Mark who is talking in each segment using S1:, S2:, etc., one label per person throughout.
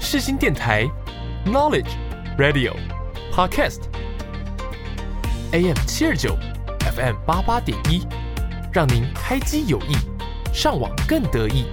S1: 世新电台 Knowledge Radio Podcast AM 七二九 FM 八八点一，让您开机有益，上网更得意。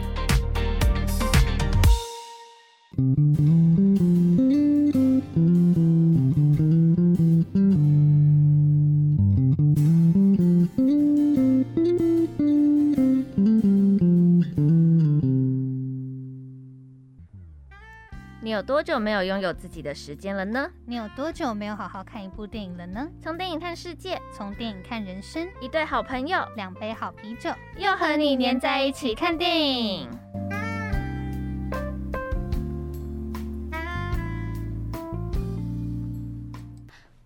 S2: 你有多久没有拥有自己的时间了呢？
S3: 你有多久没有好好看一部电影了呢？
S2: 从电影看世界，
S3: 从电影看人生，
S2: 一对好朋友
S3: 两杯好啤酒，
S2: 又和你黏在一起看电影。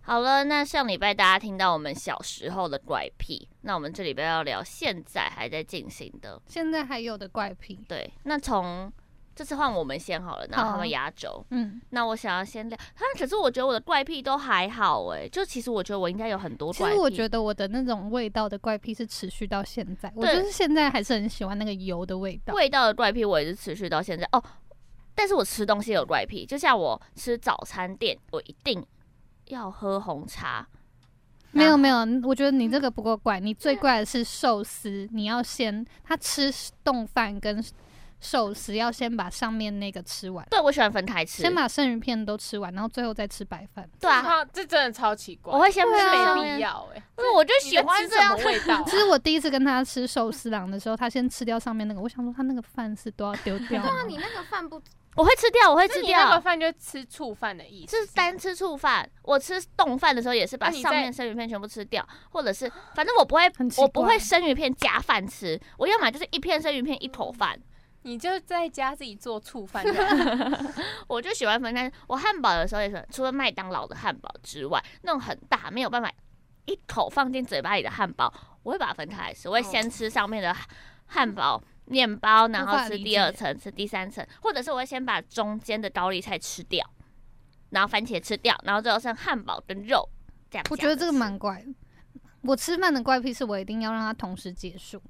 S2: 好了，那上礼拜大家听到我们小时候的怪癖，那我们这礼拜要聊现在还在进行的。
S3: 现在还有的怪癖。
S2: 对，那从这次换我们先好了，然后他
S3: 好
S2: 们压轴。
S3: 嗯，
S2: 那我想要先聊，啊，可是我觉得我的怪癖都还好哎、就其实我觉得我应该有很多
S3: 其
S2: 怪癖。
S3: 实我觉得我的那种味道的怪癖是持续到现在，我
S2: 对
S3: 就是现在还是很喜欢那个油的味道。
S2: 味道的怪癖我也是持续到现在哦。但是我吃东西有怪癖，就像我吃早餐店，我一定要喝红茶。
S3: 没有没有，我觉得你这个不够怪，你最怪的是寿司，你要先他吃冻饭跟寿司要先把上面那个吃完，
S2: 对，我喜欢分开吃。
S3: 先把剩余片都吃完，然后最后再吃白饭。
S2: 对啊，
S4: 超这真的超奇怪，
S2: 我会先
S3: 对
S2: 吃
S3: 啊
S2: 上
S4: 没必
S2: 面，
S4: 要哎、
S2: 因为我就喜欢
S4: 你
S2: 这
S4: 在吃什
S2: 样。
S4: 么味道 啊、
S3: 其实我第一次跟他吃寿司郎的时候，他先吃掉上面那个，我想说他那个饭是都要丢掉吗。
S5: 啊你那个饭不
S2: 我会吃掉，我会
S4: 那
S2: 吃
S4: 你那个
S2: 掉。
S4: 饭就吃醋饭的意思，
S2: 是单吃醋饭，我吃冻饭的时候也是把
S4: 那你
S2: 上
S4: 在
S2: 面生鱼片全部吃掉，或者是反正我不会
S3: 很，奇
S2: 我不
S3: 怪
S2: 会生鱼片加饭吃，我要么就是一片生鱼片一口饭，
S4: 你就在家自己做 醋饭就好，
S2: 我就喜欢分开。我汉堡的时候也喜欢，除了麦当劳的汉堡之外，那种很大没有办法一口放进嘴巴里的汉堡，我会把它分开来吃。我
S3: 哦
S2: 会先吃上面的汉堡、面包，然后吃第二层、吃第三层，或者是我会先把中间的高丽菜吃掉，然后番茄吃掉，然后最后剩汉堡跟肉这样。
S3: 我觉得这个
S2: 样子吃
S3: 蛮怪的。我吃饭的怪癖是我一定要让它同时结束，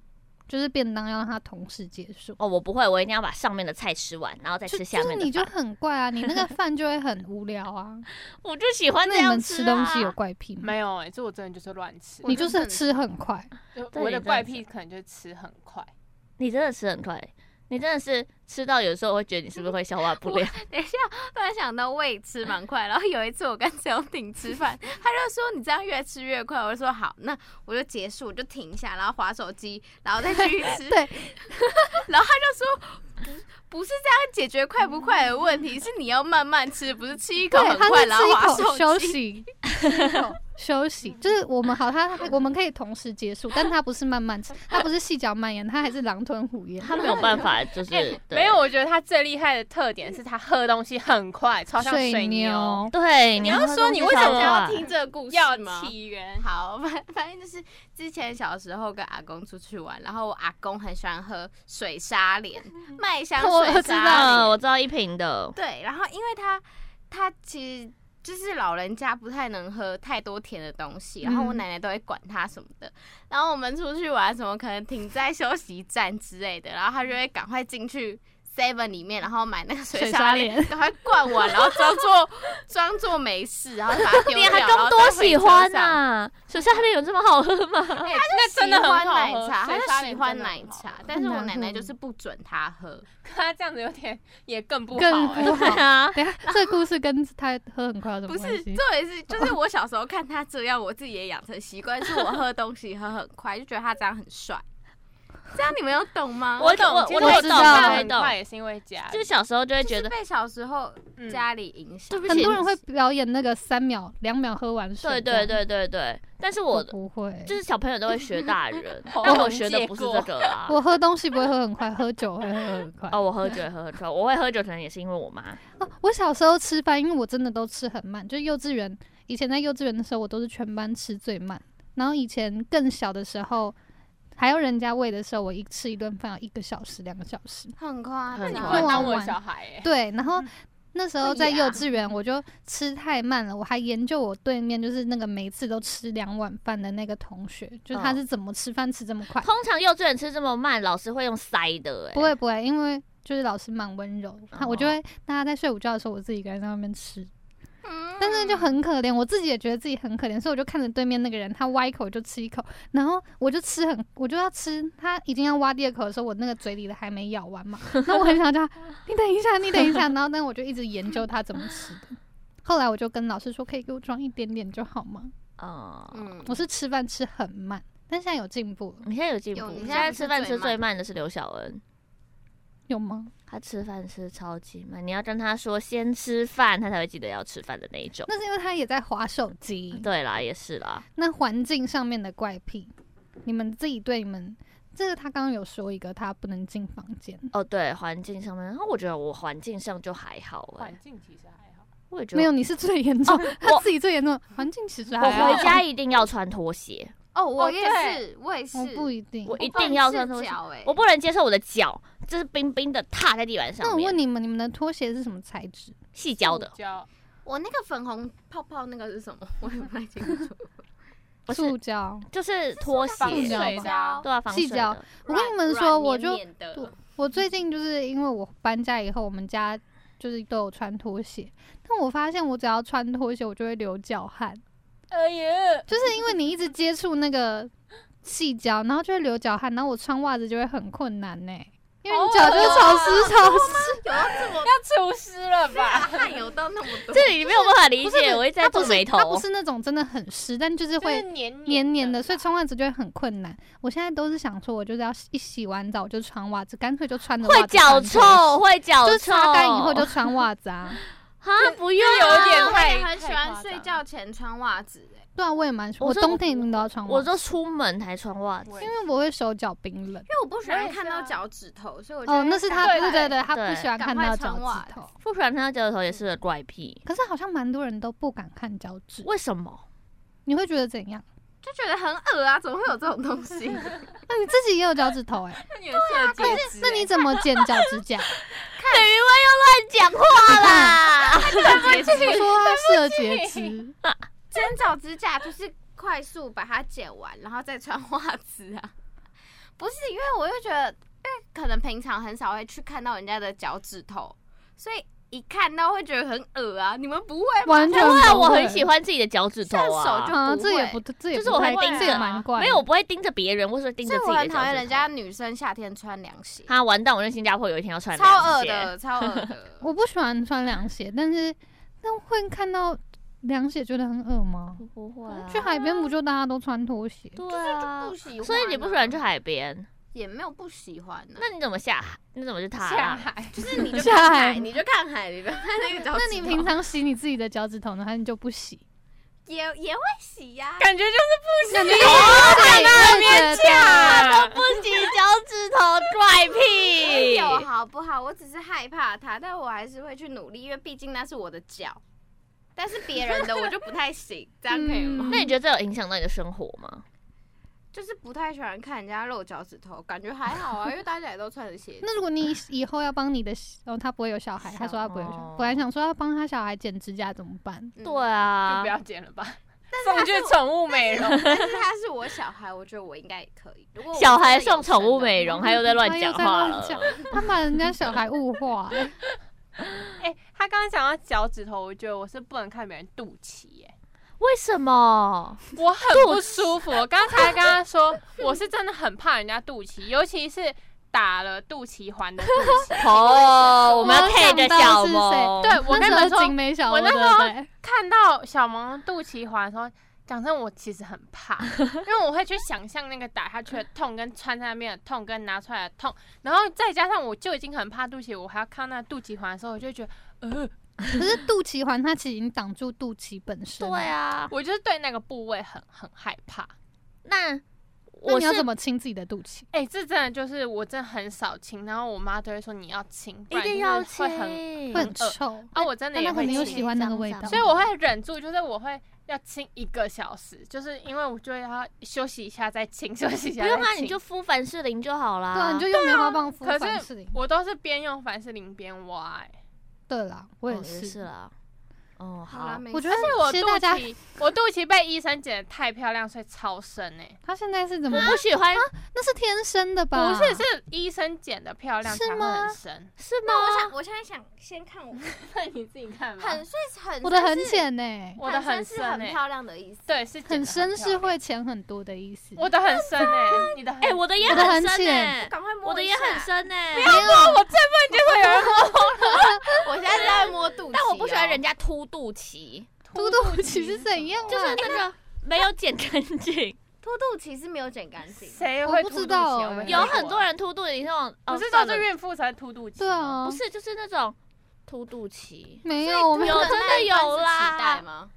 S3: 就是便当要让它同时结束。
S2: 哦，我不会，我一定要把上面的菜吃完，然后再
S3: 就
S2: 吃
S3: 就
S2: 下
S3: 是
S2: 面的
S3: 你就
S2: 饭
S3: 很怪啊，你那个饭就会很无聊啊。
S2: 我就喜欢这
S3: 那你
S2: 样
S3: 们
S2: 吃、
S3: 吃
S2: 啊。
S3: 东西有怪癖吗？
S4: 没有哎、这我真的就是乱吃，
S3: 你就是吃很快，
S4: 就
S2: 对
S4: 我的
S2: 你
S4: 怪
S2: 真的
S4: 癖可能就是吃很快，
S2: 你真的吃很快，你真的是吃到有时候我会觉得你是不是会消化不良。
S5: 等一下，突然想到我也吃蛮快，然后有一次我跟陈永鼎吃饭，他就说你这样越吃越快，我就说好，那我就结束，我就停下，然后划手机，然后再继续吃。
S3: 对，
S5: 然后他就说不不是这样解决快不快的问题，是你要慢慢吃，不是吃一口
S3: 对，
S5: 很
S3: 他
S5: 快
S3: 是
S5: 然后划
S3: 吃一口
S5: 手
S3: 休
S5: 机。
S3: 息，吃一口休息，就是我们好，他我们可以同时结束，但他不是慢慢吃，他不是细嚼慢咽，他还是狼吞虎咽。
S2: 他没有办法，就是、
S4: 欸
S2: 对
S4: 没有，我觉得他最厉害的特点是他喝东西很快，超像水
S3: 水
S4: 牛，
S3: 牛，
S2: 对，
S4: 你要
S2: 会
S4: 说
S2: 东
S4: 你
S2: 西
S4: 为什
S2: 超
S4: 么
S5: 要
S3: 啊
S2: 快
S5: 听这个故事
S4: 要
S5: 吗？
S4: 起源。
S5: 好， 反反正就是之前小时候跟阿公出去玩，然后我阿公很喜欢喝水沙莲，麦香
S3: 我
S5: 水
S3: 知
S5: 沙
S3: 道
S5: 莲
S2: 嗯，。我知道一瓶的，
S5: 对，然后因为他他其实就是老人家不太能喝太多甜的东西，然后我
S3: 嗯
S5: 奶奶都会管他什么的。然后我们出去玩什么，可能停在休息站之类的，然后他就会赶快进去。seven 里面，然后买那个水
S3: 水
S5: 沙
S3: 沙
S5: 莲，
S3: 莲
S5: 赶快灌完，然后装作装作没事，然后把它丢
S2: 你
S5: 掉，
S2: 还
S5: 然后
S2: 更
S5: 再
S2: 多
S5: 回
S2: 喜
S5: 车
S2: 欢啊
S5: 上
S2: 呐、水下面有这么好喝吗？
S5: 哎
S4: 那
S5: 他就
S4: 真
S5: 喜
S4: 的很
S5: 欢
S4: 好
S5: 奶
S4: 喝
S5: 茶，
S4: 水
S5: 他
S4: 沙
S5: 就喜
S4: 莲
S5: 欢
S4: 真的
S5: 奶
S4: 很好
S5: 茶
S4: 喝，
S5: 但是我
S3: 很难
S5: 奶奶
S3: 喝
S5: 就是不准他喝。
S4: 可他这样子有点也更不好、
S3: 更
S4: 欸，
S3: 不好。
S2: 啊，
S3: 等一下，这故事跟他喝很快有什么
S5: 不
S3: 关
S5: 是，
S3: 系？
S5: 重点是就是我小时候看他这样，我自己也养成习惯，是我喝东西喝很快，就觉得他这样很帅。这样你们有懂吗？
S2: 我
S4: 懂，
S2: 我
S4: 其实
S2: 我
S4: 我
S3: 知
S4: 懂，
S3: 道
S4: 但
S3: 我
S4: 很
S2: 懂
S4: 快也是因为家里，
S2: 就是小时候就会
S5: 就
S2: 觉
S5: 是
S2: 得，
S5: 被小时候
S4: 嗯
S5: 家里影响。
S2: 不
S3: 很多人会表演那个三秒、两秒喝完水。
S2: 对对，对对对，但是
S3: 我
S2: 我
S3: 不会，
S2: 就是小朋友都会学大人，
S4: 我
S2: 但我
S4: 很
S2: 学的
S4: 借
S2: 不是
S4: 过
S2: 这个啊。
S3: 我喝东西不会喝很快，喝酒会喝很快。
S2: 哦，我喝酒也喝很快，我会喝酒可能也是因为我妈。
S3: 哦，我小时候吃饭，因为我真的都吃很慢，就幼稚园以前在幼稚园的时候，我都是全班吃最慢。然后以前更小的时候，还有人家喂的时候，我一吃一顿饭要一个小时、两个小时。
S5: 很夸
S4: 那你
S3: 很夸
S4: 会
S5: 张。欸
S4: 当我的
S3: 玩
S4: 小孩哎、
S3: 对，然后那时候在
S5: 会呀
S3: 幼稚园，我就吃太慢了，我还研究我对面就是那个每次都吃两碗饭的那个同学，就是他
S2: 哦
S3: 是怎么吃饭吃这么快。
S2: 通常幼稚园吃这么慢，老师会用塞的、欸，
S3: 不会不会，因为就是老师蛮温柔，他我就会大家在睡午觉的时候，我自己一个人在外面吃，
S5: 嗯
S3: 但是就很可怜，我自己也觉得自己很可怜，所以我就看着对面那个人，他挖一口就吃一口，然后我就吃很，我就要吃，他已经要挖第二口的时候，我那个嘴里的还没咬完嘛，那我很想叫他，你等一下，你等一下，然后但我就一直研究他怎么吃的。后来我就跟老师说，可以给我装一点点就好吗？
S2: 哦，
S5: 嗯
S3: 我是吃饭吃很慢，但现在有进步了，
S2: 你现在有进步，
S5: 有
S2: 你
S5: 你
S2: 现
S5: 现
S2: 在
S5: 在不是
S2: 吃饭
S5: 最
S2: 吃
S5: 慢
S2: 最慢的是刘晓恩，
S3: 有吗？
S2: 他吃饭吃超级慢，你要跟他说先吃饭，他才会记得要吃饭的那一种。
S3: 那是因为他也在划手机。
S2: 嗯对啦，也是啦，
S3: 那环境上面的怪癖，你们自己对你们，这个他刚刚有说一个，他不能进房间，
S2: 哦对，环境上面，然后我觉得我环境上就还好哎、
S4: 环境其实还好。
S2: 我也觉得
S3: 没有，你是最严重，他自己最严重。环境其实还好
S2: 啊我回家一定要穿拖鞋，
S5: 哦，我
S4: 哦
S5: 也
S4: 对
S5: 是，我也是，
S3: 我不一定
S2: 我。一
S5: 不能
S2: 定要
S5: 赤
S2: 穿拖鞋，
S5: 脚哎，
S2: 我不能接受我的脚就是冰冰的踏在地板上
S3: 那我
S2: 面，
S3: 问你们，你们的拖鞋是什么材质？
S2: 细胶的，
S4: 胶，
S5: 我那个粉红泡泡那个是什么？我也不太清楚。
S2: 不是
S3: 塑胶。
S2: 就是拖
S4: 防
S2: 鞋，
S3: 塑胶
S4: 水的啊，
S2: 对啊，防水
S3: 细胶
S2: 的，
S3: 我跟你们
S5: 软
S3: 说
S5: 软
S3: 我
S5: 绵
S3: 就
S5: 绵的
S3: 对我最近就是因为我搬家以后，我们家就是都有穿拖鞋，但我发现我只要穿拖鞋，我就会流脚汗，
S4: 哎呀，
S3: 就是因为你一直接触那个细胶，然后就会流脚汗，然后我穿袜子就会很困难呢、
S5: 啊
S3: 因为你脚就是潮
S2: 哦
S3: 湿潮湿。
S5: 有到这么
S4: 要厨师了吧？
S5: 汗有到那么多？
S2: 这里没有办法理
S3: 不是
S2: 解，我一直在
S3: 它不
S2: 皱
S3: 是
S2: 眉头
S3: 它，不是那种真的很湿，但就是
S4: 就是
S3: 会
S4: 黏
S3: 黏黏的，
S4: 的，
S3: 所以穿袜子就会很困难。我现在都是想说，我就是要一洗完澡就穿袜子，干脆就穿着袜
S2: 会
S3: 子
S2: 脚
S3: 穿
S2: 臭
S3: 拖鞋，
S2: 会脚臭，哦
S3: 就是擦干以后就啊穿袜子啊。
S2: 啊，不用
S4: 就有一点
S5: 我
S4: 太
S5: 也很喜
S4: 太夸
S5: 欢
S4: 张
S5: 睡觉前穿袜子哎，
S3: 对啊，我也蛮喜，
S2: 我
S3: 我
S2: 说
S3: 冬天一定都要穿
S2: 我
S3: 袜子，
S2: 就出门才穿袜子，
S4: 因
S3: 因为我会手脚冰冷。
S5: 因为我不喜
S4: 我
S5: 欢
S4: 也是
S5: 看
S4: 啊
S5: 到脚趾头，所以我就
S3: 哦，
S5: 会
S3: 那是
S5: 赶
S3: 他，
S5: 快
S3: 对对对，他不
S2: 对
S3: 喜欢
S5: 赶
S3: 看
S5: 快
S3: 到
S5: 穿
S3: 脚
S5: 袜
S3: 趾
S5: 子
S3: 头。
S2: 不喜欢看到脚趾头也是个怪癖，
S3: 可是好像蛮多人都不敢看脚趾，
S2: 为什么？
S3: 你会觉得怎样？
S5: 就觉得很恶啊，怎么会有这种东 西？
S3: 那你自己也有脚趾头哎、
S4: 对啊，可是
S3: 那你怎么剪脚趾甲？
S2: 等于会又乱讲话啦，
S3: 我说他是结肢，
S5: 剪脚指甲就是快速把它剪完，然后再穿袜子啊。不是，因为我就觉得，因为可能平常很少会去看到人家的脚趾头，所以一看到会觉得很恶啊。你们不会吗？
S3: 完全
S2: 不然
S3: 不
S2: 我
S3: 会
S2: 很喜欢自己的脚趾头
S5: 上手
S2: 啊
S5: 就。
S3: 啊，
S5: 不
S3: 这也
S5: 会
S3: 不，这也
S2: 就
S3: 不
S2: 是我
S3: 太
S2: 会
S4: 会
S2: 盯
S3: 这
S4: 啊
S3: 也
S2: 着，
S3: 蛮怪的。
S2: 没有，我不会盯着别人，或者盯
S5: 所
S2: 着自
S5: 以
S2: 己
S5: 我
S2: 的
S5: 很
S2: 脚
S5: 讨厌
S2: 趾
S5: 人
S2: 头
S5: 家女生夏天穿凉鞋，
S2: 啊，完蛋！我在新加坡有一天要穿
S5: 超
S2: 凉
S5: 恶
S2: 鞋，
S5: 的，超恶 的。
S3: 我不喜欢穿凉鞋，但是但会看到凉鞋觉得很恶吗？
S2: 不会啊
S3: 去海边不就大家都穿拖鞋？
S2: 对啊
S5: 不，喜欢啊、
S2: 所以你不喜欢去海边，
S5: 也没有不喜欢呢、
S2: 那你怎么下海？你怎么去踏
S4: 下
S2: 浪？
S4: 海，
S5: 就是 你就
S3: 下
S5: 看
S3: 海
S5: 海，你就看海，你不要看那个脚趾头。
S3: 那你平常洗你自己的脚趾头呢，还是你就不洗？
S5: 也也会洗呀、
S4: 感觉就是不行。
S2: 哦
S3: 对，我也觉得
S4: 啊
S2: 都不洗脚趾头，怪癖。
S5: 有 好不好？我只是害怕它，但我还是会去努力，因为毕竟那是我的脚。但是别人的我就不太行，这样可以吗？
S2: 那你觉得这有影响到你的生活吗？
S5: 就是不太喜欢看人家露脚趾头，感觉还好啊，因为大家也都穿着鞋子。
S3: 那如果你以后要帮你的，哦，他不会有小孩，他说他不会有小
S2: 哦
S3: 孩，本来想说要帮他小孩剪指甲怎么办？
S5: 嗯
S2: 对，
S4: 就
S2: 啊
S4: 不，要剪了吧，送去宠物美容。
S5: 但是他是我小孩，我觉得我应该也可以。如果我
S2: 小
S5: 真的
S2: 孩
S5: 有
S2: 送宠物
S5: 生的
S2: 美
S5: 话
S2: 容，他又在乱讲 话了
S3: 他。啊又在乱讲他把人家小孩物化、欸
S4: 哎，他刚刚讲到脚趾头，我觉得我是不能看别人肚脐耶。
S2: 为什么？
S4: 我很不舒服。我刚才跟他说，我是真的很怕人家肚脐，尤其是打了肚脐环的肚脐。
S2: 哦， 我们要
S3: 我想
S2: tag 着
S3: 到
S2: 小
S3: 是谁
S2: 萌。
S4: 对我跟你
S3: 那
S4: 们
S3: 时候
S4: 说，
S3: 景美小屋
S4: 我那
S3: 对
S4: 时
S3: 不
S4: 候
S3: 对？
S4: 看到小萌肚脐环的时候，讲真，我其实很 怕，因为我会去想象那个打下去的痛，跟穿在那边的痛，跟拿出来的痛，然后再加上我就已经很怕肚脐，我还要看那肚脐环的时候，我就觉得，呃，
S3: 可是肚脐环它其实已经挡住肚脐本身。
S2: 对，啊，
S4: 我就是对那个部位很很害怕。
S2: 那
S3: 那
S2: 我
S3: 你
S2: 是
S3: 要怎么亲自己的肚脐？
S4: 哎、这真的就是我真的很少亲，然后我妈都会说你要亲，不
S2: 一
S4: 然
S2: 定
S4: 就
S2: 要
S4: 是会很
S2: 亲
S3: 会很臭，
S4: 啊，我真的
S3: 但
S4: 也
S3: 他可
S4: 会
S3: 能又
S4: 亲
S3: 喜欢那个味道，
S2: 所
S4: 所以我会忍住，就是我会要清一个小时，就是因为我就要休息一下再清， 休息一下
S2: 不
S4: 再
S2: 用啊，
S4: 清
S2: 你就敷凡士林就好啦。
S3: 对啊，你就用棉花棒敷
S4: 可是
S3: 凡士林。
S4: 我都是边用凡士林边挖、欸，
S3: 对啦，我
S2: 哦
S3: 也
S2: 也是啦。哦，
S5: 好啦，
S2: 好，
S5: 没
S3: 我觉
S5: 事
S3: 得
S4: 但是我
S3: 其实
S4: 肚
S3: 大家，
S4: 脐， 我肚脐被医生剪得太漂亮，所以超深哎、
S3: 他现在是怎么
S2: 我？不喜欢，
S3: 那是天生的吧？
S4: 不是，是医生剪的漂亮
S3: 是
S4: 才会
S3: 吗
S4: 很深。
S2: 是
S5: 那我想，
S2: 吗？
S5: 我现在想先看我
S4: 那你自己看
S5: 很睡很，
S3: 我的很
S5: 是，
S3: 浅呢，
S4: 我的
S5: 很
S4: 很
S5: 是
S4: 深
S5: 很
S4: 哎、
S5: 漂亮的意思。
S4: 对，是剪
S3: 很
S4: 得
S3: 深
S4: 漂
S3: 是
S4: 亮，
S3: 会浅很多的意思。
S4: 我的很深哎、 你的
S2: 哎，我的也
S3: 我的
S2: 很
S3: 很
S2: 深
S3: 浅
S2: 哎，
S5: 赶快摸一下
S2: 我的也很，深哎，
S4: 我这份就会有人
S5: 我现在在摸肚脐哦，
S2: 但我不喜欢人家凸肚脐，
S3: 嘟嘟其实怎样啊？
S2: 就是那个没有剪干净。
S5: 凸肚脐是没有剪干净，
S4: 谁
S3: 我
S4: 会
S3: 不
S4: 凸
S3: 知
S4: 肚
S3: 道
S4: 脐
S3: 哎
S4: 我没
S2: 有
S4: 看
S2: 很
S4: 过
S2: 多人凸肚脐那种，
S4: 不
S2: 哦
S4: 是都
S2: 算了
S4: 是孕妇才凸肚脐？
S3: 对，啊
S2: 不，是就是那种凸肚脐，
S3: 没有，我们
S2: 有
S5: 那
S2: 真的
S5: 那一段是
S2: 有啦
S5: 脐带吗？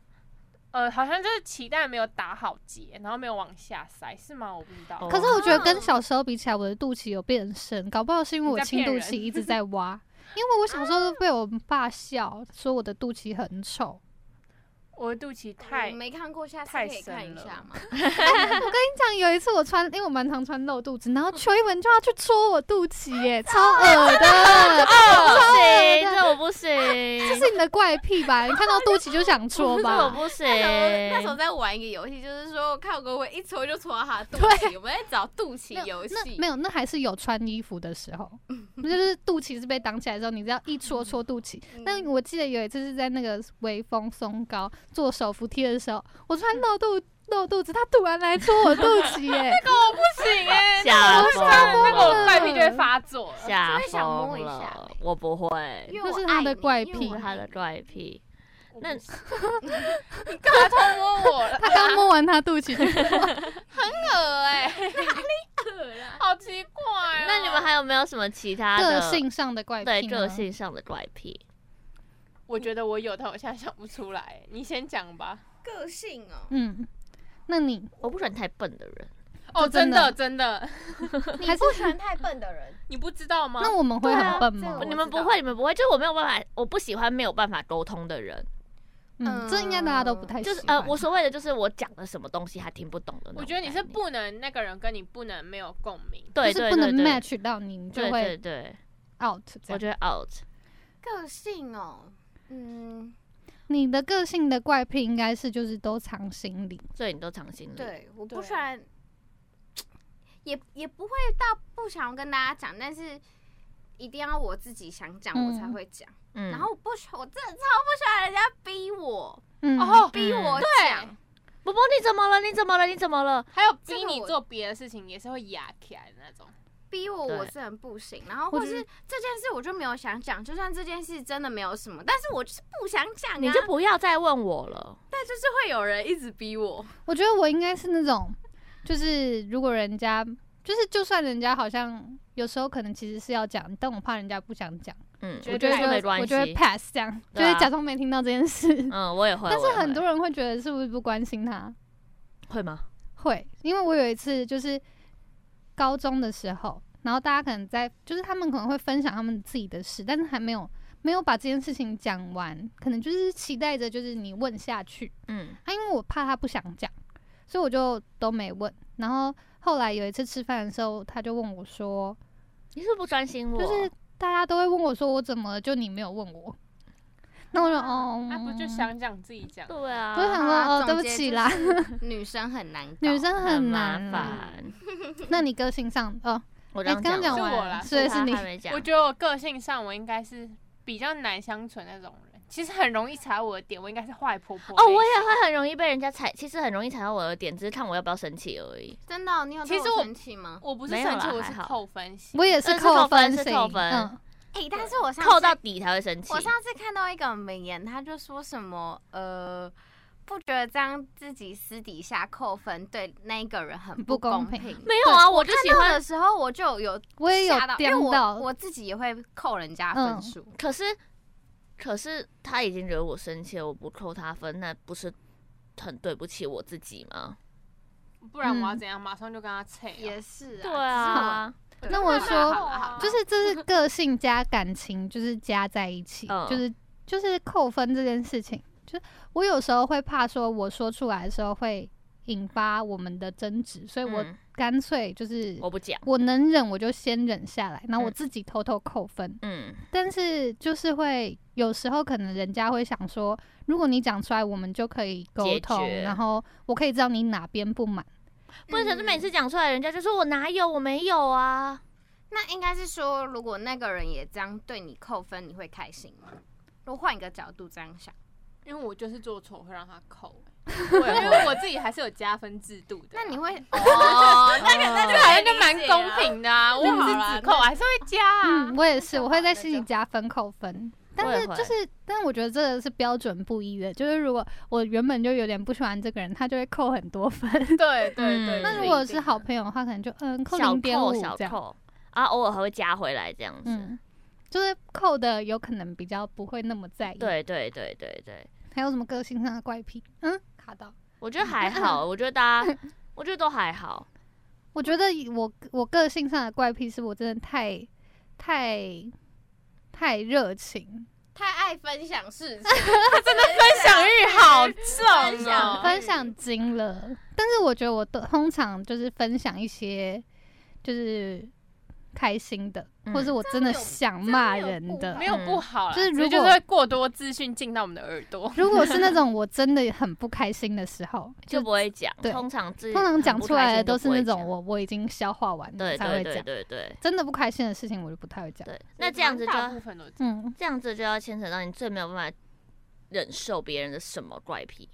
S4: 呃，好像就是脐带没有打好结，然后没有往下塞，是吗？我不知道。
S2: 哦
S3: 可是我觉得跟小时候比起来，我的肚脐有变深，搞不好是因为我亲肚脐一直在挖。因为我小时候都被我爸笑，说我的肚脐很丑。
S4: 我的肚脐太
S5: 我……没看过，下次可
S4: 太
S5: 以看
S4: 深
S5: 一
S4: 了
S5: 下吗？
S3: 跟你讲，有一次我穿，因为我蛮常穿露肚子，然后邱一文就要去戳我肚脐， 耶，超恶的，
S2: 不
S3: 超
S2: 哦行，
S3: 恶的，
S2: 这我不
S3: 这
S2: 行，
S3: 是你的怪癖 吧？你看到肚脐就想戳
S2: 这我
S3: 吧？
S2: 不行。
S5: 那时候在玩一个游戏，就是说我看有个我一戳就戳到他的肚脐，我们在找肚脐游戏
S3: 那。没有，那还是有穿衣服的时候，
S2: 嗯
S3: 那就是肚脐是被挡起来之后，你只要一戳戳肚脐，
S5: 嗯
S3: 但我记得有一次是在那个微风松糕做手扶梯的时候，我穿露肚露肚子，他突然来戳我肚脐 耶，
S4: 我不行哎、
S2: 吓
S4: 那
S2: 疯
S4: 那个我
S2: 了
S4: 怪癖就会发作了。
S2: 吓
S5: 就会想摸
S2: 疯
S5: 一下欸
S2: 了，我不会，
S5: 因为我
S3: 那是他
S5: 爱
S3: 的
S5: 你
S3: 怪
S5: 因为
S3: 癖
S5: 我
S2: 他
S5: 爱
S2: 的
S5: 你
S2: 怪癖。
S4: 我不
S2: 那
S5: 啊
S4: 行你干嘛偷摸我了？
S3: 他刚摸完他肚脐就，
S4: 恶哎、
S5: 欸啊
S4: 好奇怪、哦。
S2: 那你们还有没有什么其 他的
S3: 个性上的怪癖，
S2: 对个，性上的怪癖？
S4: 我觉得我有，但我现在想不出来、你先讲吧。
S5: 个性哦，
S3: 嗯，那你
S2: 我不喜欢太笨的人，
S4: 哦，
S3: 真
S4: 真
S3: 的
S4: 的真的，
S3: 还
S5: 你
S3: 是
S5: 不喜欢太笨的人，
S4: 你不知道吗？
S3: 那我们会 很
S2: 啊
S3: 笨吗
S5: 我？
S2: 你
S5: 知
S2: 们不
S5: 道
S2: 会，你们不会，就是我没有办法，我不喜欢没有办法沟通的人。
S3: 嗯，这应该大家都不太
S2: 就是
S3: 喜
S2: 呃，
S3: 欢
S2: 我所谓的就是我讲了什么东西他听不懂的那种
S4: 我觉得你是
S2: 概念
S4: 不能那个人跟你不能没有共鸣。
S2: 对
S3: 就
S2: 对
S3: 是不能
S2: 对对
S3: match 到你，你就
S2: 对对
S3: 会
S2: 对，
S3: out 这
S2: 我
S3: 样。
S2: 觉得 out
S5: 个性哦，嗯，
S3: 你的个性的怪癖应该是就是都藏心里，
S2: 所以你都藏心里。
S5: 对，我不
S4: 对
S5: 喜欢，也也不会到不想要跟大家讲，但是一定要我自己想讲，我才
S3: 嗯
S5: 会讲。
S2: 嗯，
S5: 然后我不喜，我真的超不喜欢人家逼我，
S3: 嗯，
S4: 哦，
S5: 逼
S2: 嗯
S5: 我讲。
S2: 波波你怎么了？你怎么了？你怎么了？
S4: 还有
S5: 这
S4: 逼
S5: 个
S4: 你
S5: 我
S4: 做别的事情也是会压起来的那种。
S5: 逼我，
S2: 对
S5: 我是很不行。然后
S3: 我
S5: 或
S3: 就是
S5: 这件事我就没有想讲，就算这件事真的没有什么，但是我就是不想讲啊。
S2: 你就不要再问我了。
S5: 但就是会有人一直逼 我，
S3: 我觉得我应该是那种，就是如果人家就是就算人家好像有时候可能其实是要讲，但我怕人家不想讲，
S2: 嗯，
S4: 绝
S3: 我
S4: 对
S3: 就
S4: 觉得
S2: 没
S3: 会我
S2: 关
S3: 就会
S2: 系。
S3: pass 这样， 就
S2: 对啊
S3: 会假装没听到这件事。
S2: 嗯，我也会。
S3: 但
S2: 我
S3: 是
S2: 也
S3: 很
S2: 会
S3: 多人会觉得是不是不关心他？
S2: 会吗？
S3: 会，因为我有一次就是高中的时候，然后大家可能在就是他们可能会分享他们自己的事，但是还没有没有把这件事情讲完，可能就是期待着就是你问下去，
S2: 嗯
S3: 啊，因为我怕他不想讲，所以我就都没问。然后后来有一次吃饭的时候，他就问我说，
S2: 你是不专心我，
S3: 就是大家都会问我说我怎么了就你没有问我？那我
S2: 啊
S3: 就哦，
S4: 那啊不就想讲自己讲？
S2: 对
S3: 我
S2: 啊，
S3: 就想说
S5: 啊
S3: 哦，对不
S5: 总结
S3: 起
S5: 就
S3: 啦，
S5: 女生很难搞，
S3: 女生很
S2: 麻
S3: 难啦。
S2: 烦。
S3: 那你个性上哦，
S2: 我
S3: 哎，刚
S2: 讲
S3: 讲
S4: 是
S3: 完
S4: 我
S3: 了，
S4: 啦
S3: 所以是
S2: 他
S3: 你
S2: 还没讲
S4: 我。觉得我个性上我应该是比较难相处的那种人，其实很容易踩我的点，我应该是坏婆婆。
S2: 哦，我也。会很容易被人家踩，其实很容易踩到我的点，只是看我要不要生气而已。
S5: 真的哦、你有
S4: 其
S5: 对
S4: 实
S5: 我
S4: 我
S5: 生气吗？
S4: 我不是
S2: 没有
S4: 生气，
S2: 啦
S4: 我
S2: 还
S4: 是
S2: 好
S4: 扣分型。
S3: 我也是
S2: 呃是扣
S3: 分
S2: 分是
S3: 型
S2: 扣分
S3: 嗯，
S5: 哎、但是我上次
S2: 扣到底才会生气
S5: 我。上次看到一个名言，他就说什么呃，不觉得这样自己私底下扣分对那一个人很
S3: 不公
S5: 公
S3: 平
S2: 没有啊，我就喜
S5: 看到
S2: 欢
S5: 的时候我就有
S3: 我也有
S5: 吓到，因为
S3: 颠
S5: 我
S3: 到，
S5: 我自己也会扣人家
S3: 嗯
S5: 分数。
S2: 可是，可是他已经惹我生气了，我不扣他分，那不是很对不起我自己吗？
S4: 不然我要
S3: 嗯
S4: 怎样？马上就跟他扯、啊。
S5: 也是啊，
S2: 对啊，
S4: 对
S3: 那我说
S4: 好啦好啦
S3: 就是这是个性加感情，就是加在一起，
S2: 嗯
S3: 就是就是扣分这件事情，就是我有时候会怕说我说出来的时候会引发我们的争执，所以哎我
S2: 嗯
S3: 干脆就是
S2: 我不讲，
S3: 我能忍我就先忍下来，然后我
S2: 嗯
S3: 自己偷偷扣分，
S2: 嗯，
S3: 但是就是会有时候可能人家会想说，如果你讲出来，我们就可以沟
S2: 解
S3: 通，
S2: 决
S3: 然后我可以知道你哪边不满。
S2: 不然可是每
S3: 嗯
S2: 次讲出来，人家就说我哪有，我没有啊。
S5: 那应该是说，如果那个人也这样对你扣分，你会开心吗？如果换一个角度这样想，
S4: 因为我就是做错会让他扣，
S2: 我
S4: 因为我自己还是有加分制度的啊。
S5: 那你
S4: 会
S5: 会哦，那个
S4: 那这个好像就蛮公平的啊，我不是只扣，我还是会加啊
S3: 嗯，。我也是，
S5: 就
S3: 我会
S5: 好
S3: 在
S5: 那
S3: 心里
S5: 就
S3: 加分扣分。
S2: 我也
S3: 但是就
S2: 会
S3: 是，但我觉得这个是标准不一的，就是如果我原本就有点不喜欢这个人，他就会扣很多分。
S4: 对对对
S2: 嗯。
S3: 那
S4: 对
S3: 如果是好，朋友的话，可能就嗯扣
S2: 小
S3: 零点
S2: 扣
S3: 五
S2: 小
S3: 这样，
S2: 扣啊，偶尔还会加回来这样子。
S3: 嗯，就是扣的有可能比较不会那么在意。，
S2: 对对对对对，
S3: 还有什么个性上的怪癖？嗯，卡到。
S2: 我觉得还好，
S3: 嗯
S2: 我觉得大 家，我觉得都还好。
S3: 我觉得我我个性上的怪癖是我真的太太太热情，
S5: 太爱分享事情，
S4: 分享欲好
S5: 分
S4: 重
S5: 享
S4: 哦。
S3: 分享精了。但是我觉得我都通常就是分享一些就是开心的，
S2: 嗯
S3: 或是我真的想骂人
S5: 这
S3: 的
S5: 样
S4: 没。有不好啦，
S3: 就是
S4: 只
S3: 如果
S4: 就是会过多资讯进到我们的耳朵。
S3: 如果是那种我真的很不开心的时 候，
S2: 就
S3: 就
S2: 不会讲，
S3: 对
S2: 通常自己
S3: 通常
S2: 很
S3: 讲
S2: 不
S3: 出
S2: 开
S3: 来的
S2: 心就
S3: 都是
S2: 不会
S3: 那种
S2: 讲
S3: 我我已经消化完了
S2: 对
S3: 才会
S2: 对对
S3: 讲。
S2: 对对
S3: 真的不开心的事情，我就不太会讲。
S2: 对。那这样子就
S4: 大部分都这样
S3: 嗯，
S2: 这样子就要牵扯到你最没有办法忍受别人的什么怪 癖，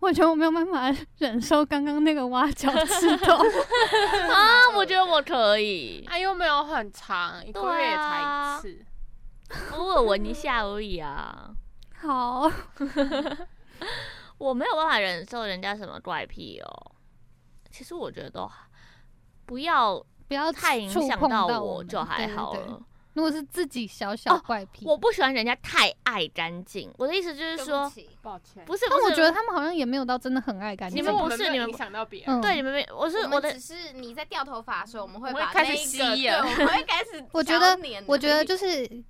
S3: 我觉得我没有办法忍受刚刚那个挖角刺 痛。
S2: 啊，我觉得我可以，
S4: 啊，又没有很长，一个月也才一次。
S2: 偶尔闻一下而已啊。
S3: 好，
S2: 我没有办法忍受人家什么怪癖哦。其实我觉得都不要
S3: 不要
S2: 太影
S3: 触
S2: 响
S3: 碰
S2: 到
S3: 到
S2: 我
S3: 们
S2: 就还好。
S3: 对对对
S2: 了。
S3: 如果是自己小小
S2: 哦
S3: 怪癖，
S2: 我不喜欢人家太爱干净。我的意思就是说，
S4: 抱歉，
S2: 不是，
S3: 但
S2: 不
S3: 我
S2: 是
S3: 觉得他们好像也没有到真的很爱干净。
S2: 你们不
S4: 其
S2: 是
S4: 实我没
S2: 你
S4: 有
S2: 们
S4: 影响到别
S3: 嗯，
S4: 人，
S2: 对你，们没，我是
S5: 我
S2: 我
S5: 们
S2: 的
S5: 只是你在掉头发的时候，我们会
S4: 我会
S5: 把
S4: 开始
S5: 那一
S4: 吸
S5: 个对，
S4: 了
S5: 我们会开始
S3: 我觉得
S5: 挑你
S3: 我觉得
S5: 而已
S3: 就是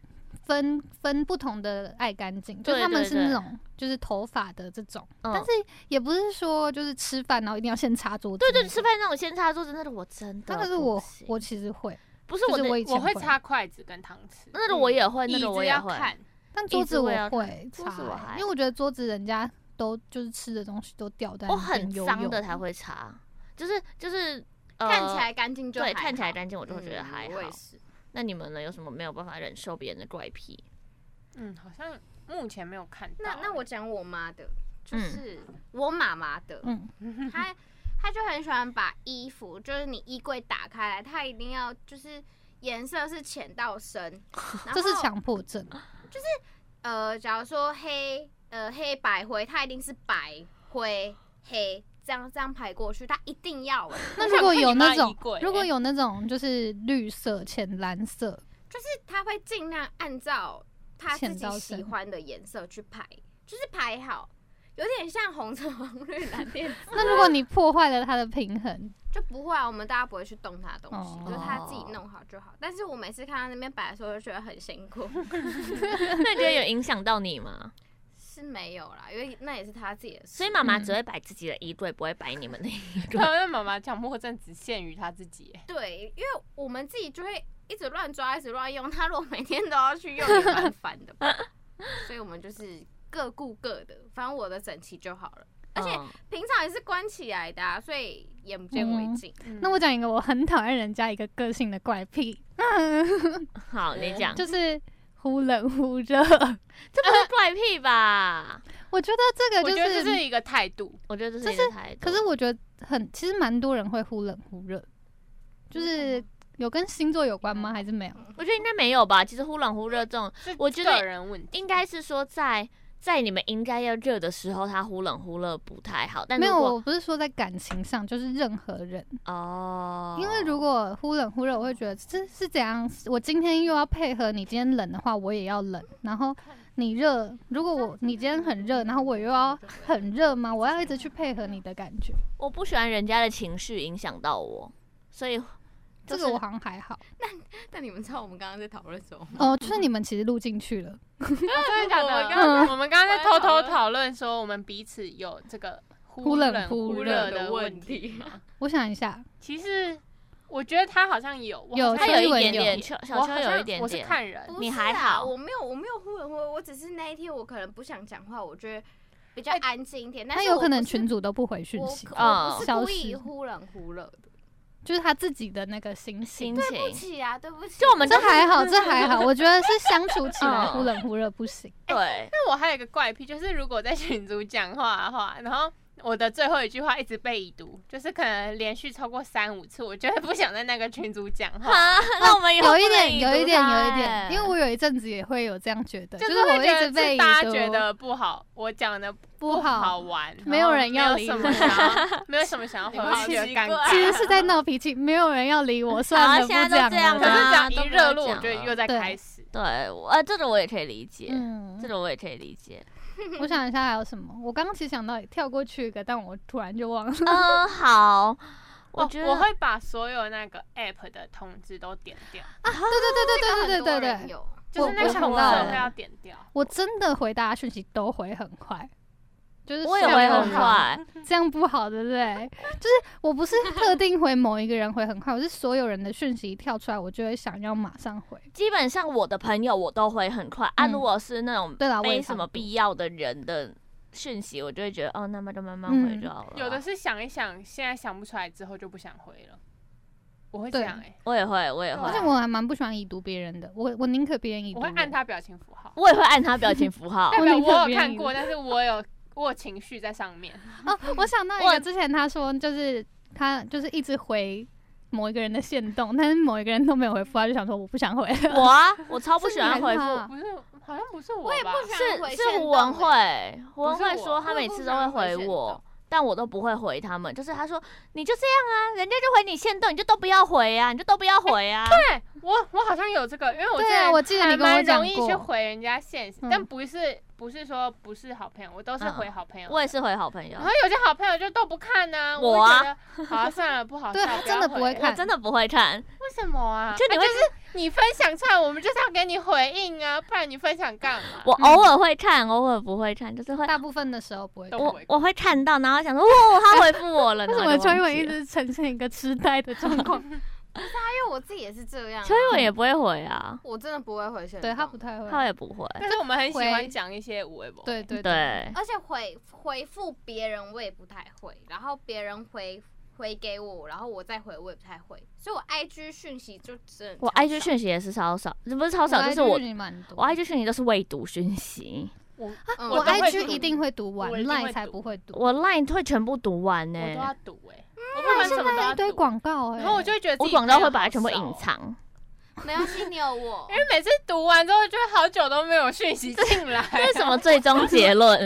S3: 分分不同的爱干净，就
S2: 对
S3: 他们
S2: 对
S3: 是
S2: 对
S3: 那种就是头发的这种，
S2: 嗯
S3: 但是也不是说就是吃饭然后一定要先擦桌子
S2: 对
S3: 那
S2: 对，
S3: 种。
S2: 吃饭那种先擦桌子，那个我真的
S3: 那
S2: 不
S3: 个
S2: 行。
S3: 是我我其实会，
S2: 不是
S3: 就
S2: 我
S3: 是
S2: 的，
S3: 我以前
S4: 我会，擦筷子跟汤匙，
S2: 那个我也会，那
S4: 椅
S2: 个我
S4: 子
S2: 也
S4: 要
S2: 会。
S4: 看。
S3: 但
S2: 椅
S3: 桌子
S2: 子我也要
S3: 我
S2: 看
S3: 会
S2: 桌子我还
S3: 擦，因为我觉得桌子人家都就是吃的东西都掉在
S2: 我
S3: 那边
S2: 哦很
S3: 油
S2: 脏
S3: 油
S2: 的才会擦，就是就是、呃、
S5: 看起来干净就
S2: 对
S5: 还
S2: 看起来
S5: 好
S2: 干净，我就会觉得
S5: 嗯
S2: 还好
S5: 我。也是，
S2: 那你们呢？有什么没有办法忍受别人的怪癖？
S4: 嗯，好像目前没有看到。欸
S5: 那那我讲我妈的，就
S2: 嗯
S5: 是我妈妈的，
S3: 嗯，
S5: 她她就很喜欢把衣服，就是你衣柜打开来，她一定要就是颜色是浅 到深，然
S3: 这是
S5: 后
S3: 强迫症。
S5: 呃，假如说黑呃黑白灰，它一定是白灰黑这样这样排过去，它一定要欸
S3: 那
S4: 我
S3: 如
S4: 想
S3: 果
S4: 看
S3: 有
S4: 你
S3: 那
S4: 妈衣
S3: 种
S4: 柜，
S3: 如果
S4: 欸
S3: 有那种就是绿色、浅蓝色，
S5: 就是他会尽量按照他自
S3: 浅到
S5: 己
S3: 深
S5: 喜欢的颜色去排，就是排好，有点像红橙黄绿蓝靛 紫，
S3: 那如果你破坏了它的平衡，
S5: 就不会啊，我们大家不会去动他的东西，
S3: 哦
S5: 就是他自己弄好就好。但是我每次看他那边摆的时候，就觉得很辛 苦，
S2: 那你觉得有影响到你吗？
S5: 是没有啦，因为那也是他自己的事。
S2: 所以妈妈只
S3: 嗯
S2: 会摆自己的衣柜，不会摆你们的衣柜
S4: 对，。啊因为妈妈强迫症只限于她自己欸。
S5: 对，因为我们自己就会一直乱抓，一直乱用。他如果每天都要去用，也蛮烦 的吧。所以我们就是各顾各的，反正我的整齐就好了。而且
S3: 哦
S2: 嗯
S5: 平常也是关起来的、啊，所以眼不见为净。
S4: 嗯
S3: 那我讲一个我很讨厌人家一个个性的怪癖，
S2: 好，你讲，这
S3: 就是忽冷忽热。
S2: 不是怪癖吧？
S3: 我觉得这
S4: 我
S3: 个
S4: 觉
S3: 就
S4: 得这
S3: 是，
S4: 是一个态度，
S2: 我觉得这
S3: 就是
S2: 你的态度。
S3: 可是我觉得很，其实蛮多人会忽冷忽热，就是有跟星座有关吗？还是没有？
S2: 我觉得应该没有吧。其实忽冷忽热这种，
S4: 是
S2: 我觉得
S4: 个人问题。
S2: 应该是说在在你们应该要热的时候，它忽冷忽热不太好。但
S3: 没
S2: 如
S3: 有，
S2: 果
S3: 我不是说在感情上，就是任何人，
S2: 哦，
S3: 因为如果忽冷忽热，我会觉得这是怎样？我今天又要配合你，今天冷的话我也要冷，然后你热，如果我你今天很热，然后我又要很热吗？我要一直去配合你的感觉，
S2: 我不喜欢人家的情绪影响到我，所以
S3: 这
S2: 就是
S3: 个我好像还好。
S5: 但你们知道我们刚刚在讨论什么吗？
S3: 哦，就是你们其实录进去了，
S4: 真的假
S5: 我
S4: 的？嗯
S5: 们
S3: 刚
S4: 我们刚刚在偷偷讨论说，我们彼此有这个
S3: 忽
S4: 忽
S3: 冷忽
S4: 忽
S3: 热
S4: 热的问题。
S5: 题，
S3: 我想一下，
S4: 其实我觉得他好像有，我
S3: 有
S4: 好像
S2: 它
S3: 邱
S2: 有
S3: 一
S2: 一
S3: 文
S2: 点
S3: 有
S2: 点丘，
S4: 我
S2: 小
S4: 好
S2: 丘
S4: 像
S2: 有一点
S4: 我是
S2: 点。
S4: 看人
S5: 不，
S2: 你
S5: 是
S2: 还
S5: 啊
S2: 好
S5: 我没有我没有忽然忽我只是那一天我可能不想讲话，我觉得比较
S4: 哎
S5: 安静一点。但
S3: 他
S5: 是
S3: 有
S5: 我
S3: 可能
S5: 不是
S3: 群主都不回讯
S5: 我
S3: 息，
S5: 可
S2: 嗯
S5: 我不是
S3: 消
S5: 故意
S3: 失
S5: 忽冷忽热的，
S3: 就是他自己的那个心
S2: 心
S3: 情。
S5: 对不
S2: 情，
S5: 起啊，对不起。
S2: 就我们
S3: 这还好，这还好，我觉得是相处起来忽冷忽热不行。
S2: 对，
S4: 因为我还有一个怪癖，就是如果在群组讲话的话，然后我的最后一句话一直被已读，就是可能连续超过三五次，我就会不想在那个群组讲话。
S2: 啊， 那我们以后
S3: 哦有一
S2: 不能
S3: 点，
S2: 已
S3: 有一
S2: 读
S3: 点，
S2: 它
S3: 有一
S2: 哎
S3: 点，因为我有一阵子也会有这样觉得，就是
S4: 是
S3: 我
S4: 会
S3: 一
S4: 觉
S3: 直
S4: 得
S3: 被
S4: 是大
S3: 已
S4: 家
S3: 读
S4: 觉得不好，我讲的
S3: 不
S4: 好
S3: 好，
S4: 玩，
S3: 没
S4: 然后
S3: 有人要理
S4: 没
S3: 我
S4: 有什么想 要，没有什么想要回
S5: 你好
S4: 应，觉得
S5: 奇
S4: 尴
S5: 怪
S4: 尬。
S3: 其实是在闹脾气，没有人要 理我，算
S2: 好
S3: 了，不
S2: 现在都
S3: 讲
S2: 这样
S4: 可
S2: 了
S3: 了。
S4: 是只
S2: 都
S4: 要一
S2: 不
S4: 热
S2: 要
S4: 络，我
S2: 讲
S4: 觉得
S2: 了
S4: 又在
S3: 啊对
S4: 开始。
S2: 对，我呃，这种我也可以理解，
S3: 嗯
S2: 这，种我也可以理解。
S3: 我想一下还有什么，我刚刚其实想到跳过去一个，但我突然就 忘了。
S2: 嗯，好，我
S4: 哦
S2: 觉得
S4: 我会把所有那个 app 的通知都点掉，
S2: 哦
S3: 对对对
S5: 很多
S3: 对对
S5: 人
S3: 对对，
S5: 有
S4: 就是那
S3: 我
S4: 个
S3: 想
S4: 红
S3: 到
S4: 色
S3: 了
S4: 会要点掉。
S3: 我真的回大家讯息都回很快，就是
S2: 我也
S3: 像
S2: 会
S3: 那
S2: 很
S3: 种
S2: 快，
S3: 这样不好，对不对？就是我不是特定回某一个人回很快，我是所有人的讯息一跳出来，我就会想要马上回。
S2: 基本上我的朋友我都会很快啊，
S3: 嗯
S2: 如果是那种
S3: 对啦，我也
S2: 没
S3: 差
S2: 什
S3: 不
S2: 么
S3: 多
S2: 必要的人的讯息，我就会觉得哦，那么就慢慢
S3: 嗯
S2: 回就好了。
S4: 有的是想一想，现在想不出来之后就不想回了，我会这
S3: 对
S4: 样哎、
S2: 我也会，我也会
S3: 而且，我还蛮不喜欢已读别人的，我我宁可别人已读
S4: 我
S3: 我
S4: 会按，他表情符号，
S2: 我也会按他表情符号
S4: 代
S3: 我
S4: 表
S3: 宁可
S4: 我
S3: 别人
S4: 有看
S3: 赢
S4: 过，但是我有我有情绪在上面，
S3: 哦，我想到一
S2: 我
S3: 个，之前他说就是他就是一直回某一个人的线动，但是某一个人都没有回复，他就想说我不想回了。
S2: 我啊，我超不
S3: 是
S2: 喜
S3: 你
S2: 欢
S3: 还是
S2: 回
S3: 他
S2: 复。
S3: 啊
S4: 不是好像不是我
S5: 我也
S4: 吧？
S5: 不喜欢
S2: 是
S5: 回
S2: 是
S5: 线
S2: 胡
S5: 动
S2: 文
S5: 欸
S2: 慧，胡文慧
S4: 不是
S2: 说
S4: 我
S2: 他
S5: 我
S2: 每
S5: 也不
S2: 次
S5: 喜
S2: 都会
S5: 欢回
S2: 回
S5: 线
S2: 我
S5: 动，
S2: 但我都不会回他们。就是他说你就这样啊，人家就回你限动，你就都不要回啊，你就都不要回啊。
S4: 对哎我我好像有这个，因为我
S3: 对
S4: 之
S3: 啊，
S4: 前
S3: 我记得
S4: 还
S3: 你跟我
S4: 蛮
S3: 讲
S4: 容易去
S3: 过，
S4: 回人家现实，
S3: 嗯
S4: 但不是不是说不是好朋友，我都是
S2: 嗯
S4: 回好朋友。
S2: 我也是回好朋友
S4: 然，后有些好朋友就都不看呢、
S2: 我
S4: 就
S2: 啊
S4: 觉得好、啊、算了，不 好
S3: 对
S4: 笑，
S3: 他
S4: 不
S3: 真
S4: 要
S3: 的不会
S4: 回
S2: 我
S3: 看
S2: 真的不会看，
S4: 为什么啊？
S2: 就你会
S4: 你分享出来，我们就是要给你回应啊，不然你分享干嘛？
S2: 我偶尔会看，偶尔不会看，就是会
S3: 大部分的时候不会看。
S4: 都
S2: 我
S4: 不会
S2: 我会看到，然后想说哇，他回复我 了。
S3: 为
S2: 然
S3: 什
S2: 后
S3: 么
S2: 就
S3: 邱一
S2: 忘
S3: 文
S2: 记
S3: 一
S2: 了
S3: 直呈现一个痴呆的状 况？
S5: 因为我自己也是这样 啊，
S2: 邱一文也不会回啊，
S5: 我真的不会回线
S3: 对他
S5: 动
S3: 不太会，
S2: 他也不会。
S4: 但是我们很喜
S3: 回
S4: 欢讲一些无微博，
S3: 对对
S2: 对，
S5: 而且回回复别人我也不太会，然后别人回回给我，然后我再回我也不太会，所以我 IG 讯息就真的
S2: 我
S5: 超
S2: IG
S5: 少
S2: 讯息也是超少，不是超
S3: 我
S2: 少，就是我
S3: IG 蛮多
S2: 我 IG 讯息都是未读讯息，
S4: 我
S5: 嗯
S3: 我
S4: 都会
S3: IG
S4: 读
S3: 一定会读完
S4: 我一定
S3: ，Line
S4: 会
S3: 才
S4: 读
S3: 不会读。
S2: 我 Line 会全部读完呢、
S4: 我都要赌哎，我不管什么都
S3: 那
S4: 要
S3: 一堆
S4: 赌，
S3: 广告哎、
S4: 然后我就会觉得自
S2: 嗯我
S4: 己
S2: 广告
S4: 朋友
S2: 会把它全部
S4: 好少
S2: 隐
S4: 哦，
S2: 藏。
S5: 没关系，你有 我
S4: 因为每次读完之后就会好久都没有讯息进 来，
S2: 这是什么最终结论？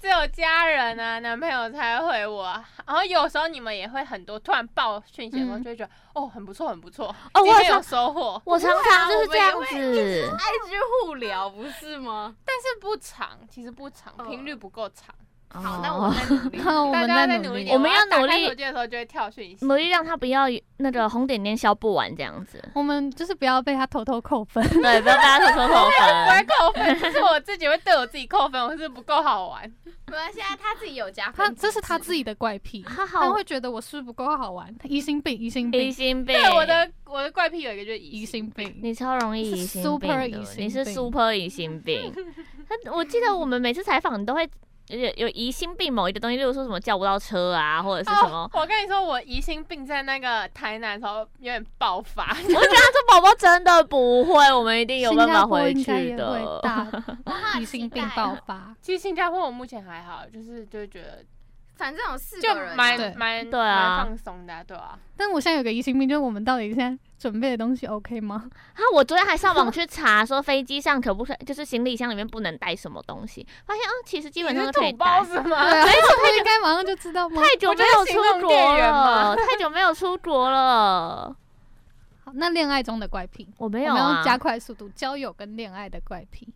S4: 只有家人啊、男朋友才回我啊，然后有时候你们也会很多突然爆讯息的时候，
S3: 嗯
S4: 就会觉得哦很不错很不错，
S2: 哦，
S4: 今
S2: 我
S4: 天有
S2: 常
S4: 收获，
S2: 我常常就是
S5: 我们
S2: 这
S5: 也
S2: 样
S5: 会
S2: 子，
S5: ，IG 互聊不是吗？
S4: 但是不长，其实不长，
S5: 哦
S4: 频率不够长，
S5: 哎好，
S2: 哦
S5: 那我再努力。
S3: 哎好我
S4: 大
S3: 们在
S4: 家再
S3: 努
S4: 努
S3: 力，
S4: 力，哦
S2: 我们要努
S4: 打开
S2: 力
S4: 手机的时候就会跳讯息，
S2: 努力让他不要那个红点点消不完这样子
S3: 我们就是不要被他偷偷扣分。
S2: 对，不要被他偷偷扣
S4: 不会
S2: 分。
S4: 扣分，就是我自己会对我自己扣分，我是不够好玩。
S5: 没关系啊，他自己有加
S3: 他
S5: 分，
S3: 这是他自。己的怪癖，
S2: 他好
S3: 他会觉得我是不是不够好玩，疑心病，疑心
S2: 疑
S3: 病，
S2: 心病，
S4: 对，我的我的怪癖有一个就是
S3: 疑
S4: 疑心，
S3: 心病。
S2: 你超容易
S3: 是
S2: 疑心
S3: super
S2: 病的
S3: 疑，心
S2: 你是
S3: 病
S2: super 疑心病。他我记得我们每次采访你都会有有疑心病某一个东西，例如说什么叫不到车啊，或者是什么
S4: 哦。。我跟你说，我疑心病在那个台南的时候有点爆 发，
S2: 我觉得这宝宝真的不会，我们一定有
S3: 新
S2: 办
S3: 加
S2: 法
S3: 坡
S2: 回
S3: 应该
S2: 去
S3: 也会
S2: 的。
S3: 大
S2: 啊
S3: 疑心病爆发，
S4: 其实新加坡我目前还好，就是就觉得
S5: 反正有四
S4: 就
S5: 个人啊，
S4: 蛮
S3: 对
S4: 蛮
S2: 对啊
S4: 蛮放松的啊、对啊。
S3: 但我现在有个疑心病，就是我们到底现在准备的东西 OK 吗？
S2: 啊，我昨天还上网去查，说飞机上可不可以，就是行李箱里面不能带什么东西，发现啊，其实基本上
S4: 你
S2: 都
S4: 是
S2: 可以
S4: 土
S2: 带
S4: 包。子吗？
S3: 对啊，我应该马上就知道吗？
S2: 太久
S4: 我
S2: 没
S4: 就是
S2: 有
S4: 行
S2: 出
S4: 动
S2: 国
S4: 电源嘛
S2: 了，太久没有出国了，
S3: 好，那恋爱中的怪癖，
S2: 我没
S3: 我
S2: 有
S3: 们要
S2: 啊。
S3: 加快速度，交友跟恋爱的怪癖。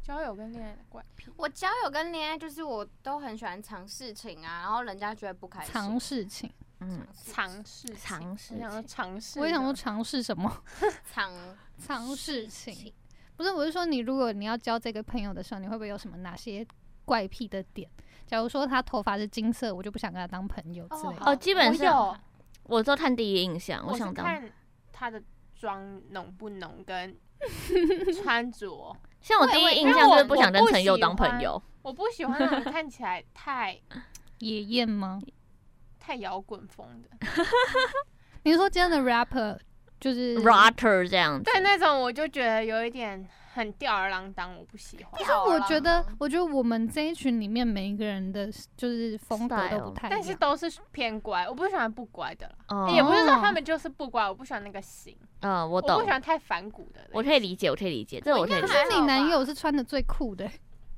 S4: 交友跟恋爱的怪癖，
S5: 我交友跟恋爱就是我都很喜欢尝事情啊，然后人家觉得不开心。
S3: 尝事情，
S2: 嗯，
S4: 尝试性
S2: 尝试
S4: 我想说
S2: 性
S4: 尝试，
S3: 我也想说尝试什么？
S5: 尝
S3: 尝试情，不是，我是说你如果你要交这个朋友的时候，你会不会有什么哪些怪癖的点？假如说他头发是金色，我就不想跟他当朋友之类的。
S2: 哦基本上
S4: 我有
S2: 我都看第一印象，
S4: 我是
S2: 想到
S4: 看他的妆浓不 浓跟穿着，
S2: 像我
S5: 会
S2: 第
S5: 会
S2: 一印
S4: 因为
S2: 象就
S4: 我
S2: 是不
S4: 我
S2: 想跟
S4: 不
S2: 陈佑
S4: 喜
S2: 当朋
S4: 欢
S2: 友，
S4: 我不喜欢那种看起来太
S3: 野艳吗？
S4: 太摇滚风的，
S3: 你是说今天的 rapper 就是
S2: rotter 这样子。
S4: 嗯对那种我就觉得有一点很吊儿郎当，我不喜欢。
S5: 可是
S2: 啊
S3: 我觉得，我觉得我们这一群里面每一个人的就是风格都
S2: Style
S3: 不太一样，
S4: 但是都是偏乖，我不喜欢不乖的啦。
S2: 哦
S4: 也不是说他们就是不乖，我不喜欢那个型，
S2: 嗯，我
S4: 我
S2: 懂
S4: 不喜，欢太反骨的。
S2: 我可以理解，我可以理解，这个我可以
S5: 应
S2: 理
S5: 该
S2: 解。
S5: 还好吧
S3: 你男友是穿的最 酷的，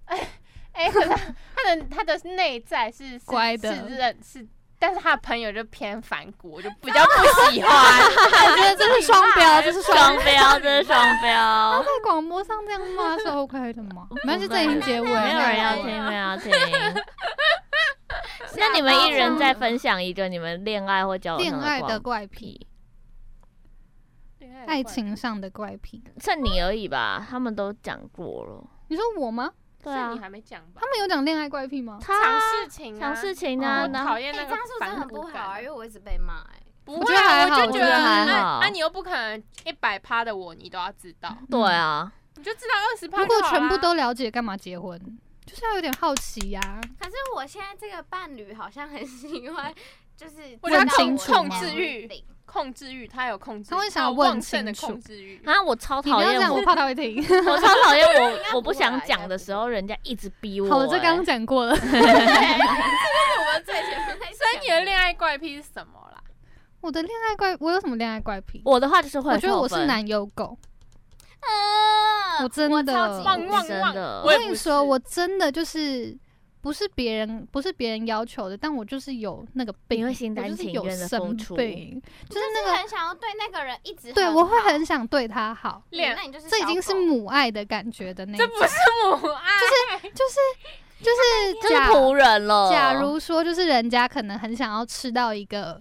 S4: 哎、可是他他的他的内在是是
S3: 乖的
S4: 是认是，但是他的朋友就偏反骨，我就比较不喜欢。
S3: 我觉得这是双标，啊这是双
S2: 双
S3: 标。
S2: 标，这是双
S3: 他
S2: 标
S3: 在。广播上这样骂是 OK 的吗？没关系，这已经结尾了，
S2: 没有人要听，没有人 要听。那你们一人再分享一个你们恋爱或交往
S3: 恋
S2: 上
S3: 爱的
S2: 的怪
S3: 怪癖，
S2: 癖，
S3: 爱情上的怪癖。
S2: 剩你而已吧，他们都讲过了。
S3: 你说我吗？
S2: 对
S4: 是
S2: 啊
S4: 你，还没讲吧
S3: 他？们有讲恋爱怪 癖吗？
S2: 他
S4: 想事情、啊，
S2: 想事情
S3: 啊
S2: 啊，
S4: 我
S2: 然后
S4: 讨厌
S5: 哎、
S4: 那
S5: 这
S4: 个
S5: 样是不是
S4: 反
S5: 很
S4: 骨
S5: 不好啊？
S4: 感
S5: 因为。我一直被骂、哎，
S4: 不
S3: 我觉
S4: 会
S3: 得还
S4: 啊，
S3: 好
S4: 就
S3: 我
S4: 觉
S3: 觉
S4: 得
S3: 得还
S4: 那
S2: 好
S4: 啊那你又不可能一百趴的我你都要知道，
S2: 对啊，
S4: 你就啊知道二十趴。
S3: 如果全部都了解，干嘛结婚？就是要有点好奇呀、
S5: 可是我现在这个伴侣好像很喜欢， 就是
S4: 我觉得
S5: 知道
S3: 控
S5: 我的
S3: 控制
S4: 欲
S5: 年龄
S4: 控制欲，他有控制欲，
S3: 他会想
S4: 有
S3: 问
S4: 旺盛的
S3: 清楚
S4: 控制欲。
S2: 啊，我超
S3: 你不
S2: 讨
S3: 要这
S2: 厌
S3: 样，
S2: 我
S3: 我，怕他 会听。
S2: 我超讨厌我，我
S5: 不
S2: 不
S5: 会
S2: 想
S5: 啊应
S2: 讲
S5: 该
S2: 的
S5: 不
S2: 时候，人家一直逼我。
S3: 好了，这
S2: 欸
S3: 刚刚讲过了。
S5: 我们最前面在
S4: 所以你的
S5: 讲
S4: 恋爱怪癖是什么啦？
S3: 我的恋爱怪，我有什么恋爱怪癖？
S2: 我的话就是会
S3: 我
S2: 很
S3: 觉得我
S2: 扣
S3: 是
S2: 分
S3: 男友狗，
S5: 嗯
S3: 我哎真的
S5: 超
S3: 忘
S5: 级
S4: 旺旺
S2: 真
S4: 旺！
S2: 的
S3: 我
S4: 也
S3: 跟
S4: 不
S3: 你
S4: 是
S3: 说，我真的就是不是别人不是别人要求的，但我就是有那个病，
S2: 你会心
S3: 我
S2: 甘
S3: 就是
S2: 情
S3: 有
S2: 愿地
S3: 生
S2: 付出
S3: 病，就是
S5: 就
S3: 那
S5: 是
S3: 个
S5: 很想要对那个人一直
S3: 对我会
S5: 好
S3: 很想对他好，
S5: 嗯
S4: 恋
S5: 那你就是
S3: 这已
S5: 小
S3: 经是
S5: 狗
S3: 母爱的感觉的那
S4: 这
S3: 种，
S4: 不是母爱，
S3: 就是就是
S2: 这是
S3: 假
S2: 仆人了。
S3: 假如说就是人家可能很想要吃到一个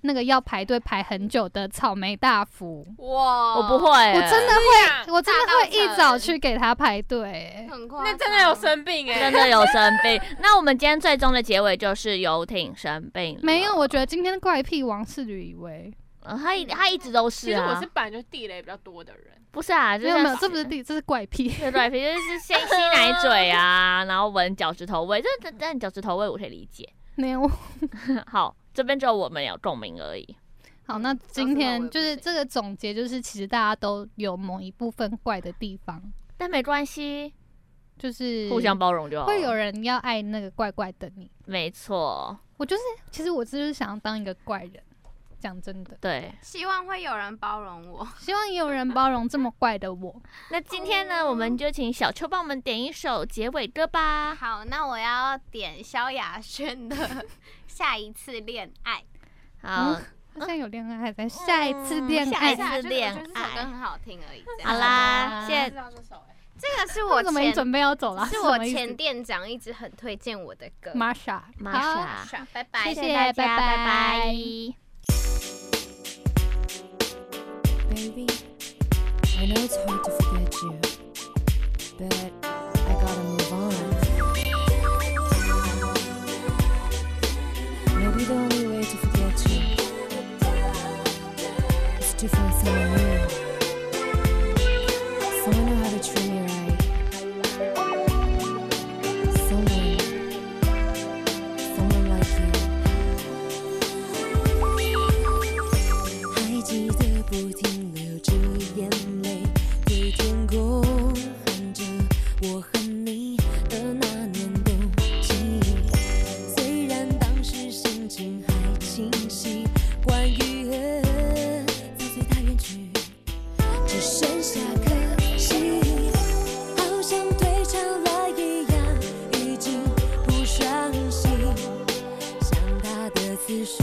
S3: 那个要排队排很久的草莓大福，
S5: 哇，
S2: 我不会，欸
S3: 我真的
S4: 对呀
S3: 会，我真的会
S5: 大嗯道
S3: 一
S5: 城
S3: 早去给他排队。
S5: 很 快，
S4: 那真的有生病哎、
S2: 真的有生病。那我们今天最终的结尾就是游艇生病了，
S3: 没有，我觉得今天的怪癖王是吕以为，
S2: 呃他一他一直都是
S4: 其实
S2: 啊，
S4: 我是本来就地雷比较多的人，
S2: 不是啊？就
S3: 没有
S2: 像
S3: 没有，这不是第这是怪癖。
S2: 对对，皮就是吸吸奶嘴啊，然后闻脚趾头味，这这但脚趾头味我可以理解。
S3: 没有。
S2: 好，这边只有我们有共鸣而已。
S3: 好，那今
S5: 我
S3: 天
S5: 也不
S3: 就是
S5: 行
S3: 这个总结，就是其实大家都有某一部分怪的地方，
S2: 但没关系，
S3: 就是
S2: 互相包容就好。
S3: 会有，人要爱那个怪怪的你。
S2: 没错，
S3: 我就是，其实我就是想要当一个怪人。讲真的，
S2: 对。
S5: 希望会有人包容我。
S3: 希望也有人包容这么怪的我。
S2: 那今天呢，我们就请小秋帮我们点一首结尾歌吧。
S5: 好，那我要点萧亚轩的《下一次恋爱》。
S2: 好，
S3: 他现在有恋爱，还在下一次
S5: 嗯
S3: 恋
S2: 下
S3: 爱
S2: 一次，恋爱
S5: 就是这首歌很好听而已。这样
S2: 好啊啦，谢
S4: 知道这首哎、
S5: 这个是
S3: 我
S5: 我
S3: 怎么已经
S5: 前
S3: 准备要走了？
S5: 是我前店长一直很推荐我的歌。
S3: Marsha，
S2: Marsha
S5: 好拜拜
S3: 谢。
S2: 谢大家，
S3: 拜
S2: 拜
S3: 拜
S2: 拜
S6: Baby, I know it's hard to forget you, but I gotta move on. Maybe the only way to forget you is to find someone new. Someone know how to treat me right. Someone, someone like you. 还记得不停流着眼泪，对天空喊着我恨你的那年冬季。虽然当时心情还清晰，关于恨早随它远去，只剩下可惜。好像退潮了一样，已经不伤心。想他的次数